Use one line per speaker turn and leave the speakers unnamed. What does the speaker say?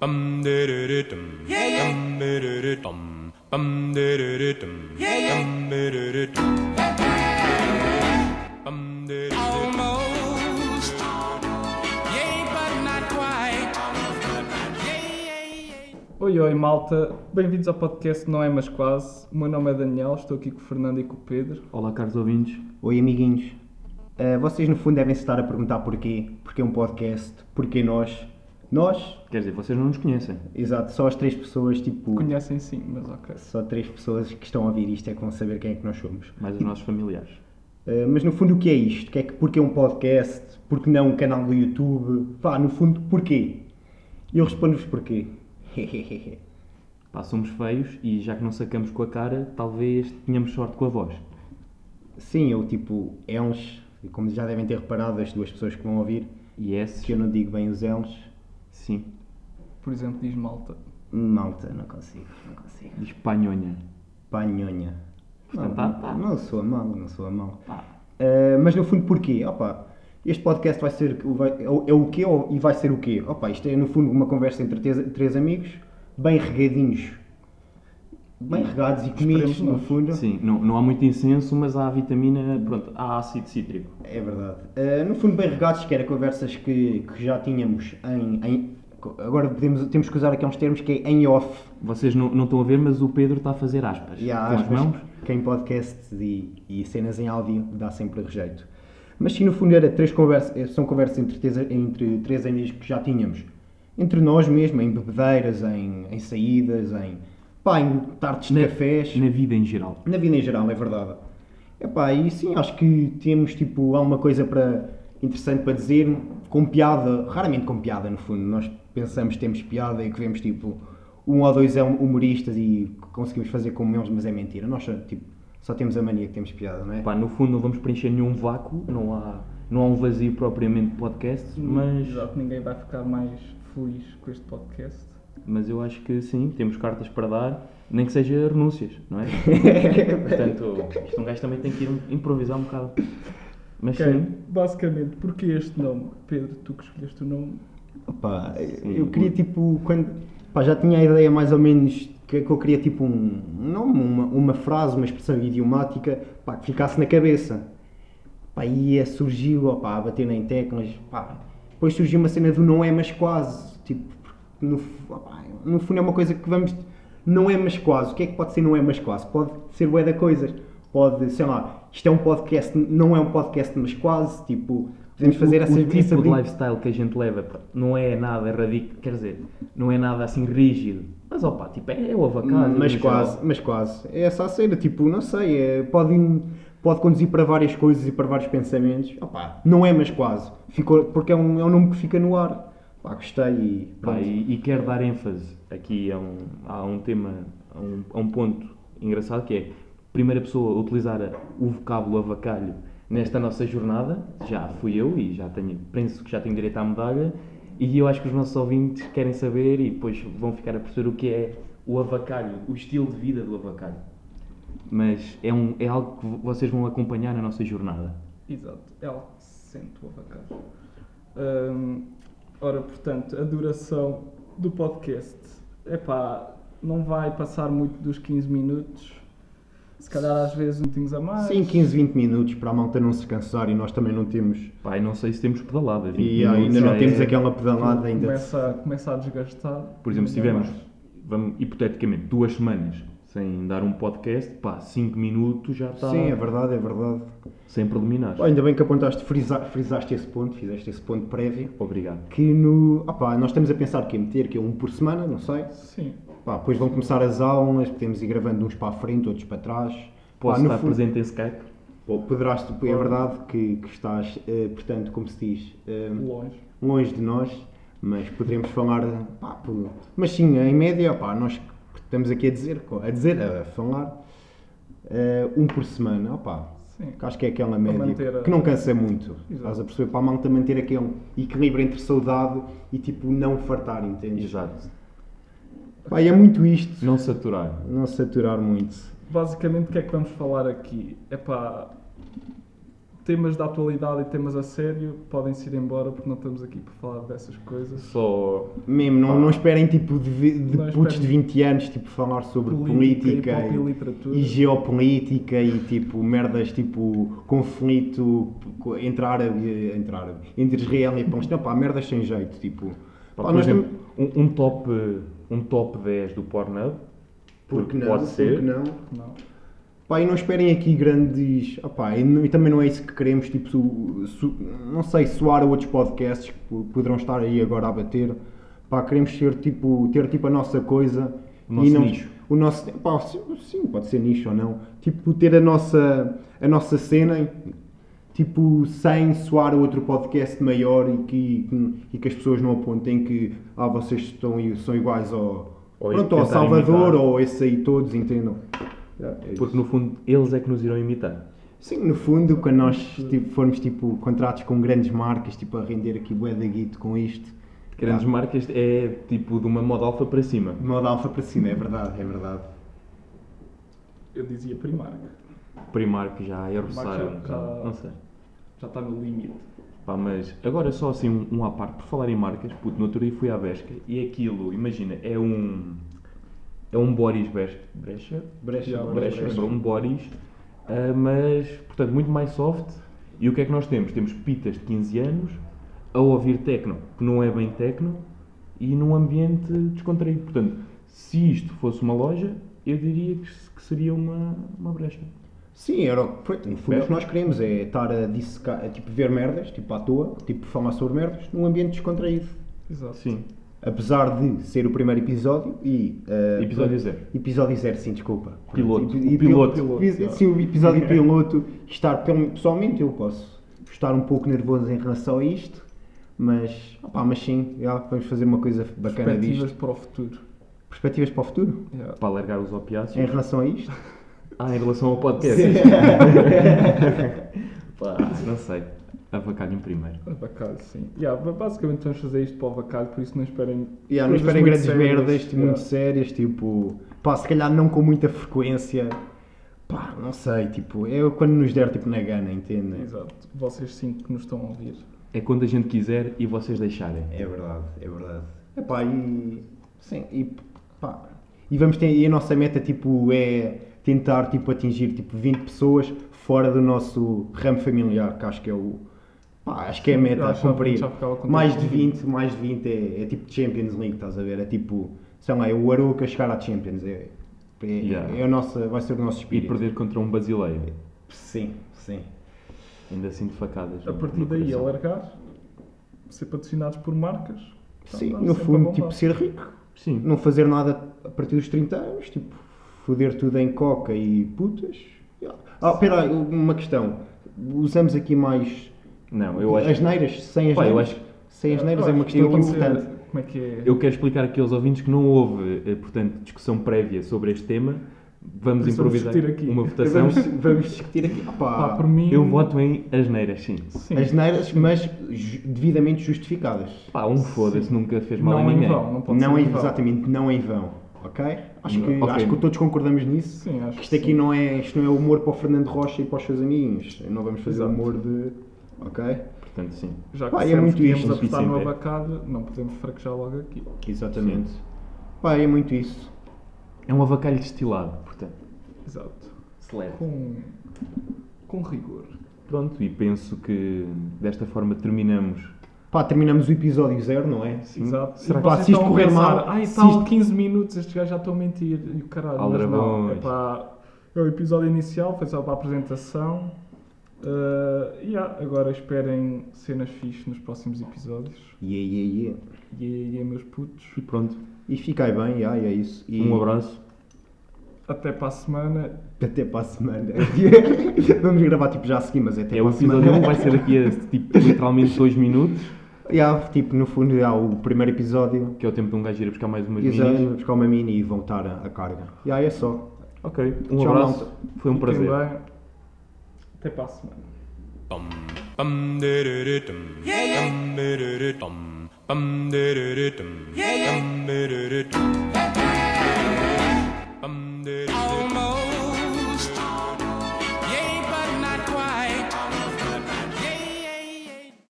Bum de de de dum.
Yeah, yeah.
Bum de de de dum. Bum de de de dum.
Yeah, yeah.
Bum de de de dum. Bum de de de dum.
Almost. Yay, but not quite. Yay, yay, yay.
Oi, oi, malta. Bem-vindos ao podcast Não É Mas Quase. O meu nome é Daniel, estou aqui com o Fernando e com o Pedro.
Olá, caros ouvintes.
Oi, amiguinhos. Ah, vocês, no fundo, devem se estar a perguntar porquê. Porquê um podcast? Porquê nós? Nós?
Quer dizer, vocês não nos conhecem.
Exato, só as três pessoas, tipo...
Conhecem sim, mas ok.
Só três pessoas que estão a ouvir isto é que vão saber quem é que nós somos.
Mais os nossos familiares.
Ah, mas, no fundo, o que é isto? Que é que, porquê um podcast? Porquê não um canal do YouTube? Pá, no fundo, porquê? Eu respondo-vos porquê.
Pá, somos feios e já que não sacamos com a cara, talvez tenhamos sorte com a voz.
Sim, eu, tipo, Elns, e como já devem ter reparado, as duas pessoas que vão ouvir,
E esses,
que eu não digo bem os Elns,
sim,
Por exemplo, diz malta.
malta, não consigo, não consigo.
de espanhonha.
Panhonha. Não,
pá, pá.
não sou a mal, não sou a mal.
Pá.
Eh, mas no fundo porquê? Opa, este podcast vai ser vai- é o- é o quê ou- e vai ser o quê? Opa, isto é no fundo uma conversa entre três, três amigos, bem regadinhos. Bem regados e comidos,
Esperemos
no
nós.
fundo.
Sim, não, não há muito incenso, mas há vitamina, pronto, há ácido cítrico.
É verdade. Eh, no fundo, bem regados, que era conversas que, que já tínhamos em. em- agora podemos, temos que usar aqui uns termos que é em off.
Vocês não, não estão a ver, mas o Pedro está a fazer aspas.
E há
com
aspas,
as mãos.
que é em podcasts e, e cenas em áudio dá sempre rejeito. Mas sim, no fundo, era três conversas, eh, são conversas entre três, entre três amigos que já tínhamos. Entre nós mesmo, em bebedeiras, em, em saídas, em, pá, em tardes de cafés.
Na vida em geral.
Na vida em geral, é verdade. Epá, e sim, acho que temos tipo alguma coisa para, interessante para dizer, com piada, raramente com piada no fundo. Nós pensamos que temos piada e que vemos tipo um ou dois hum- humoristas e conseguimos fazer como eles, mas é mentira. Nós só, tipo, só temos a mania que temos piada, não é?
Pá, no fundo não vamos preencher nenhum vácuo, não há, não há um vazio propriamente de podcasts,
Hum,
mas,
Exato, ninguém vai ficar mais feliz com este podcast.
mas eu acho que sim, temos cartas para dar, nem que seja renúncias, não é? Portanto, isto um gajo também tem que ir improvisar um bocado. Mas
Ok,
sim,
basicamente, porquê este nome? Pedro, tu que escolheste o nome.
Opa,
Sim,
eu queria
muito.
tipo, quando, pá, já tinha a ideia mais ou menos que, que eu queria tipo um, não uma, uma frase, uma expressão idiomática, pá, que ficasse na cabeça. Pá, e é, surgiu, opá, a bater em teclas, pá, depois surgiu uma cena do não é mas quase, tipo, no, fu- opá, no fundo é uma coisa que vamos, não é mas quase, o que é que pode ser não é mas quase? Pode ser bué da coisas, pode, sei lá, isto é um podcast, não é um podcast mas quase, tipo, podemos fazer
o,
essa
o
essa
tipo de
brin-
lifestyle que a gente leva pá, não é nada radical, quer dizer, não é nada assim rígido. Mas opá, tipo, é o avacado.
mas
no
quase,
geral.
mas quase. É essa a cena, tipo, não sei, é- pode, pode conduzir para várias coisas e para vários pensamentos. Opá, não é, mas quase. Ficou, porque é um, é um nome que fica no ar. Pá, gostei e
Pá,
pronto.
e, e quero dar ênfase aqui a um, a um tema, a um, a um ponto engraçado que é primeira pessoa a utilizar a- o vocábulo avacalho nesta nossa jornada, já fui eu e já tenho, penso que já tenho direito à medalha, e eu acho que os nossos ouvintes querem saber e depois vão ficar a perceber o que é o avacalho, o estilo de vida do avacalho. Mas é, um, é algo que vo- vocês vão acompanhar na nossa jornada.
Exato, é algo que se sente o avacalho. Hum, ora, portanto, a duração do podcast. Epá, não vai passar muito dos 15 minutos. Se calhar às vezes minutinhos a mais.
Sim, 15, 20 minutos para a malta não se cansar e nós também não temos.
Pá, e não sei se temos pedalada. 20
E ainda
minutos,
não
já
temos
é-
aquela pedalada ainda.
Começa, começa a desgastar.
Por exemplo, se
Ainda
tivermos,
mais.
vamos, hipoteticamente, duas semanas sem dar um podcast, pá, 5 minutos já está
Sim, é verdade, é verdade.
sem preliminares.
Pá, ainda bem que apontaste, frisa- frisaste esse ponto, fizeste esse ponto prévio.
Obrigado.
Que no. Opá, nós estamos a pensar que é meter, que é um por semana, não sei.
Sim.
Pá, depois vão começar as aulas, podemos ir gravando uns para a frente, outros para trás.
Posso
Pá, no
estar
fundo-
presente em Skype?
Pô, poderás, tipo, é verdade que, que estás, eh, portanto, como se diz, eh,
Longe.
longe de nós, mas poderemos falar, pá, por- mas sim, em média, pá, nós estamos aqui a dizer, co- a dizer, a falar, eh, um por semana, opá,
Sim.
que acho que é aquela média
manter a-
que não cansa muito,
Exato.
estás a perceber, para a malta manter aquele equilíbrio entre saudade e, tipo, não fartar, entendes?
Exato.
Pá, e é muito isto,
Não saturar.
não saturar muito.
Basicamente, o que é que vamos falar aqui? Epá, temas da atualidade e temas a sério podem-se ir embora porque não estamos aqui para falar dessas coisas.
Só.
Mesmo, não, não esperem tipo de, vi- de
Não
putos
esperem.
de 20 anos tipo, falar sobre
Política,
política,
hip-hop e
e-
literatura.
e, geopolítica e tipo merdas tipo conflito co- entre árabe, entre árabe, entre Israel e Palestina, pá, merdas sem jeito, tipo.
Pá,
pá,
por
nós
exemplo,
tam-
um, um top, um top 10 do Pornhub.
porque não,
Pode ser.
porque não.
Não.
Pá, e não esperem aqui grandes. Ah, pá, e, não- e também não é isso que queremos, tipo, su- su- não sei, soar a outros podcasts que po- poderão estar aí agora a bater. Pá, queremos ser, tipo, ter tipo a nossa coisa.
O nosso
e não,
nicho.
O nosso, pá, sim, sim, pode ser nicho ou não. Tipo, ter a nossa, a nossa cena, tipo, sem soar a outro podcast maior e que, que- e que as pessoas não apontem que, ah, vocês estão, i- são iguais ao,
Ou
pronto, ao
tentar
Salvador
imitar.
ou esse aí todos, entendam? É isso.
Porque no fundo eles é que nos irão imitar.
Sim, no fundo, quando nós tipo, formos tipo, contratos com grandes marcas, tipo a render aqui bué da guito com isto,
Grandes
Tá.
marcas é tipo de uma moda alfa para cima.
de modo alfa para cima, é verdade, é verdade.
Eu dizia Primark.
Primark já tá arroçaram.
Primark já-
Já,
já-
não sei.
Já está no limite.
Pá, mas agora só assim um, um à parte, por falar em marcas, puto, no outro dia fui à Vesca e aquilo, imagina, é um. É um Boris Bes- Brecher?
Brecha,
Yeah,
Boris,
Brecher,
brecha.
um Boris, ah, mas, portanto, muito mais soft. E o que é que nós temos? Temos pitas de 15 anos a ouvir techno, que não é bem techno, e num ambiente descontraído. Portanto, se isto fosse uma loja, eu diria que, se- que seria uma, uma brecha.
Sim, era o que foi, no fundo, o que nós queremos é estar a dissecar, a, tipo, ver merdas, tipo à toa, tipo falar sobre merdas, num ambiente descontraído.
Exato.
Sim,
Apesar de ser o primeiro episódio e. ah,
episódio zero.
Episódio zero, sim, desculpa.
Piloto.
E- e-
O piloto.
pil- pil- Sim, o episódio piloto. Estar, pelo- pessoalmente, eu posso estar um pouco nervoso em relação a isto, mas, opá, mas sim, já, vamos fazer uma coisa bacana
Perspectivas
disto.
para o futuro.
Perspectivas para o futuro
Yeah.
Para largar os opiáceos.
em relação a isto.
Ah, em relação ao podcast. Pá, não sei. Avacalho em primeiro.
Avacalho, sim. Yeah, ba- basicamente vamos fazer isto para o avacalho, por isso não esperem.
Já, não
coisas
esperem
muito
grandes
sérias.
merdas, tipo,
Yeah.
muito sérias, tipo, pá, se calhar não com muita frequência. Pá, não sei, tipo, é quando nos der tipo na gana, entendem?
Exato. Vocês cinco que nos estão a ouvir.
É quando a gente quiser e vocês deixarem.
É verdade, é verdade. Epá, e. Sim, e pá. E, vamos ter, e a nossa meta tipo, é tentar tipo, atingir tipo, 20 pessoas fora do nosso ramo familiar, que acho que é o. Pá, acho que é a meta
eu
a
achava-
cumprir.
já ficava contente
Mais
com
de
20.
20, mais de 20 é, é tipo Champions League, estás a ver? É tipo, sei lá, é o Aroca chegar à Champions. É, é,
Yeah.
é a nossa, vai ser o nosso
E
espírito.
perder contra um brasileiro.
Sim, sim.
Ainda assim de facadas.
A
no-
partir
no
daí,
coração.
alargar, ser patrocinados por marcas. Então,
Sim,
tá
no
sempre a
fundo,
bombar.
tipo, ser rico.
Sim.
não fazer nada a partir dos 30 anos, tipo, foder tudo em coca e putas. Ah, espera aí, uma questão. Usamos aqui mais
Não, eu acho.
as neiras, sem as
Pá, eu
neiras.
acho-
Sem as neiras é uma
Eu
questão
acho que tem
importante.
que ser- Como é que é?
Eu quero explicar aqui aos ouvintes que não houve, eh, portanto, discussão prévia sobre este tema. Vamos
Por isso vamos
improvisar
discutir aqui.
uma votação.
Vamos, vamos discutir aqui. Ah, pá,
Pá, por mim.
Eu voto em asneiras, sim.
Sim.
as neiras, mas ju- devidamente justificadas.
Pá, um foda-se, nunca fez mal
Não
a
em
ninguém.
vão, não pode
não é
ser
em,
em vão.
exatamente, não em vão. Ok? Acho que,
Ok.
acho que todos concordamos nisso.
Sim, acho
Que isto
que
aqui
sim.
não é, isto não é humor para o Fernando Rocha e para os seus amiguinhos. Não vamos fazer
Exato.
humor de. Ok?
Portanto, sim.
Já que
Pá, é
dissemos
muito
que íamos
isto,
apostar no
sim, é.
avacado, não podemos fraquejar logo aqui.
Exatamente. Pá, é muito isso.
É um avacalho destilado, portanto.
Exato.
Se leve.
Com, com rigor.
Pronto, e penso que desta forma terminamos.
Pá, terminamos o episódio zero, não é?
Exato.
Hum? Será
E
que-
Pá,
vocês
se isto
estão a
correr
pensar,
mal,
Ai,
se
tal,
isto-
15 minutos, estes gajos já estão a mentir. E o caralho, mas não.
Aldrabões.
Epá, é o episódio inicial, foi só para a apresentação. Ah, e há, agora esperem cenas fixes nos próximos episódios.
Yeah, yeah, yeah.
E aí, é, meus putos,
E pronto,
E ficai bem, yeah, e é isso. E
um abraço.
até para a semana.
Até para a semana. Vamos gravar tipo já a seguir, mas é
É
até para
o
a semana.
episódio 1, vai ser daqui a tipo, literalmente 2 minutos,
Yeah, tipo, no fundo, há o primeiro episódio.
que é o tempo de um gajo ir a buscar mais umas
Exato,
minis.
vamos buscar uma mini e voltar a, a carga. E yeah, é só.
Ok, um
Tchau,
abraço.
malta.
Foi um
Fiquem
prazer.
bem. Até para a semana.
Bum bum dum bum dum bum dum bum dum bum